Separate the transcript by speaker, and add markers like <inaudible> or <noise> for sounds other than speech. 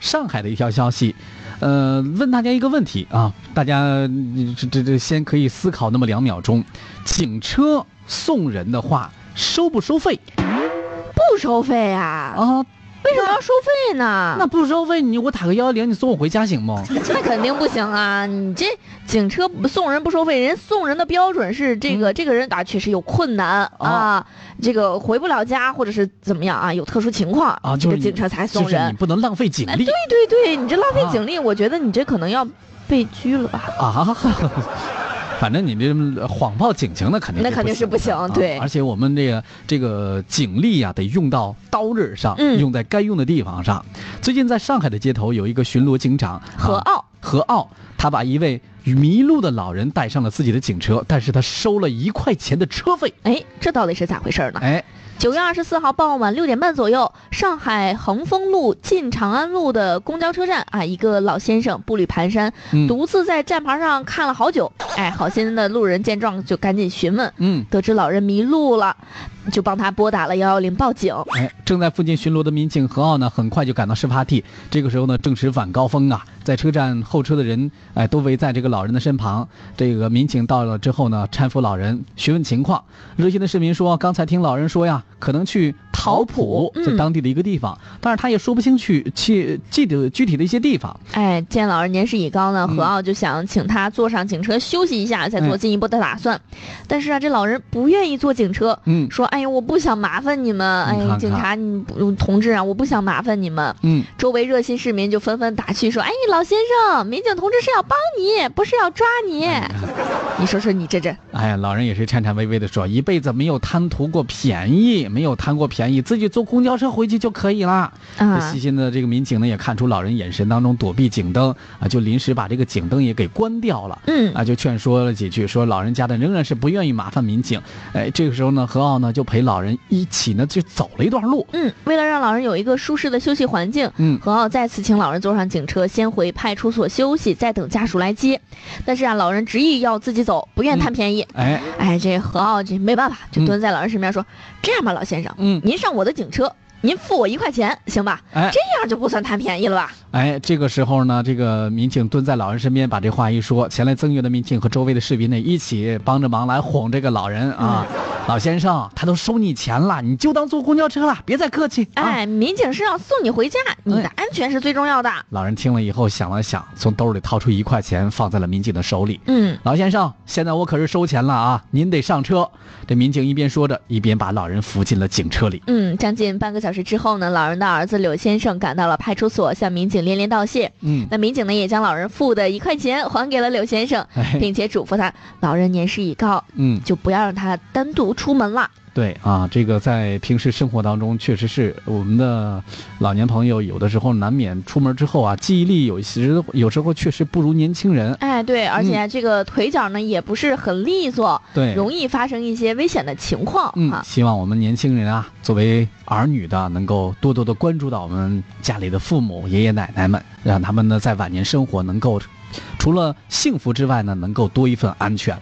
Speaker 1: 上海的一条消息，呃，问大家一个问题啊，大家嗯这这这先可以思考那么两秒钟，请车送人的话收不收费
Speaker 2: 不收费啊？
Speaker 1: 啊？
Speaker 2: 为什么要收费呢？
Speaker 1: 那不收费，你给我打个幺幺零，你送我回家行吗？
Speaker 2: 那肯定不行啊！你这警车不送人不收费，人送人的标准是这个、这个人啊确实有困难啊
Speaker 1: 哦
Speaker 2: 这个回不了家或者是怎么样啊，有特殊情况
Speaker 1: 啊，就是
Speaker 2: 这
Speaker 1: 你
Speaker 2: 个警车才送
Speaker 1: 就是你
Speaker 2: 人。
Speaker 1: 不能浪费警
Speaker 2: 哎
Speaker 1: 力
Speaker 2: 对对对，你这浪费
Speaker 1: 啊
Speaker 2: 警力，我觉得你这可能要被拘了吧？
Speaker 1: 啊。 <laughs> 反正你这谎报警情那肯定
Speaker 2: 那肯定是
Speaker 1: 不
Speaker 2: 不行
Speaker 1: 的啊
Speaker 2: 对
Speaker 1: 而且我们这个这个警力啊，得用到刀刃上，
Speaker 2: 嗯
Speaker 1: 用在该用的地方上。最近在上海的街头有一个巡逻警长
Speaker 2: 何
Speaker 1: 啊
Speaker 2: 傲
Speaker 1: 何傲，他把一位迷路的老人带上了自己的警车，但是他收了一块钱的车费。
Speaker 2: 哎，这到底是咋回事呢？
Speaker 1: 哎，
Speaker 2: 九月二十四号傍晚六点半左右，上海恒丰路近长安路的公交车站啊，一个老先生步履蹒跚，
Speaker 1: 嗯
Speaker 2: 独自在站牌上看了好久。哎，好心的路人见状就赶紧询问，
Speaker 1: 嗯，
Speaker 2: 得知老人迷路了，就帮他拨打了幺幺零报警。
Speaker 1: 哎，正在附近巡逻的民警何傲呢，很快就赶到事发地。这个时候呢，正值晚高峰啊，在车站候车的人，哎，都围在这个老人的身旁。这个民警到了之后呢，搀扶老人，询问情况。热心的市民说，刚才听老人说呀，可能去桃浦，
Speaker 2: 嗯
Speaker 1: 在当地的一个地方，但是他也说不清去去记得具体的一些地方。
Speaker 2: 哎，见老人年事已高呢，
Speaker 1: 嗯
Speaker 2: 何傲就想请他坐上警车休息一下，再做进一步的打算。但是啊，这老人不愿意坐警车，
Speaker 1: 嗯
Speaker 2: 说：“哎呀，我不想麻烦你们，哎
Speaker 1: 你看
Speaker 2: 呀，
Speaker 1: 看
Speaker 2: 警察你不同志啊，我不想麻烦你们。”
Speaker 1: 嗯，
Speaker 2: 周围热心市民就纷纷打趣说：“哎，老先生，民警同志是要帮你，不是要抓你。
Speaker 1: 哎
Speaker 2: 你说说你这这，
Speaker 1: 哎呀，老人也是颤颤巍巍的说，一辈子没有贪图过便宜，没有贪过便宜，自己坐公交车回去就可以啦。这
Speaker 2: 啊
Speaker 1: 细，心的这个民警呢，也看出老人眼神当中躲避警灯啊，就临时把这个警灯也给关掉了。
Speaker 2: 嗯，
Speaker 1: 啊，就劝说了几句，说老人家的仍然是不愿意麻烦民警。哎，这个时候呢，何傲呢就陪老人一起呢就走了一段路。
Speaker 2: 嗯，为了让老人有一个舒适的休息环境，
Speaker 1: 嗯
Speaker 2: 何傲再次请老人坐上警车，先回派出所休息，再等家属来接。但是啊，老人执意要自己走，不愿贪便宜。
Speaker 1: 哎，
Speaker 2: 哎，这何傲这没办法，就
Speaker 1: 嗯
Speaker 2: 蹲在老人身边说：“这样吧，老先生，
Speaker 1: 嗯，
Speaker 2: 您上我的警车，您付我一块钱，行吧？
Speaker 1: 哎
Speaker 2: 这样就不算贪便宜了吧？
Speaker 1: 哎，这个时候呢，这个民警蹲在老人身边，把这话一说，前来增援的民警和周围的市民呢一起帮着忙来哄这个老人啊。老先生，他都收你钱了，你就当坐公交车了，别再客气。啊、
Speaker 2: 哎，民警是要送你回家，你的
Speaker 1: 哎
Speaker 2: 安全是最重要的。
Speaker 1: 老人听了以后想了想，从兜里掏出一块钱，放在了民警的手里。
Speaker 2: 嗯，
Speaker 1: 老先生，现在我可是收钱了啊，您得上车。这民警一边说着，一边把老人扶进了警车里。
Speaker 2: 嗯，将近半个小时之后呢，老人的儿子柳先生赶到了派出所，向民警连连道谢。
Speaker 1: 嗯，
Speaker 2: 那民警呢，也将老人付的一块钱还给了柳先生，
Speaker 1: 哎
Speaker 2: 并且嘱咐他，老人年事已高，
Speaker 1: 嗯，
Speaker 2: 就不要让他单独出门了。
Speaker 1: 对啊，这个在平时生活当中，确实是我们的老年朋友有的时候难免出门之后啊，记忆力有时有时候确实不如年轻人。
Speaker 2: 哎，对，而且这个腿脚呢也不是很利索，
Speaker 1: 对，
Speaker 2: 容易发生一些危险的情况、
Speaker 1: 嗯，
Speaker 2: 啊。
Speaker 1: 希望我们年轻人啊，作为儿女的，能够多多的关注到我们家里的父母、爷爷奶奶们，让他们呢在晚年生活能够除了幸福之外呢，能够多一份安全。